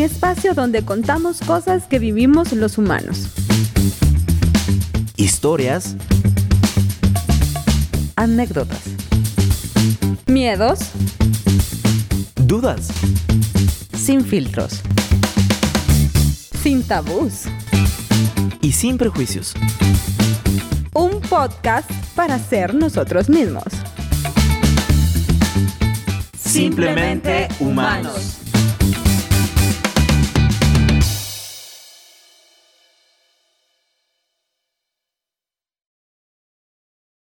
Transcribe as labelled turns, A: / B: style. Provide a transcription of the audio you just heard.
A: espacio donde contamos cosas que vivimos los humanos.
B: Historias,
C: Anécdotas.
A: Miedos,
B: dudas,
C: Sin filtros.
A: sin tabús.
B: y sin prejuicios.
A: Un podcast para ser nosotros mismos.
B: Simplemente humanos.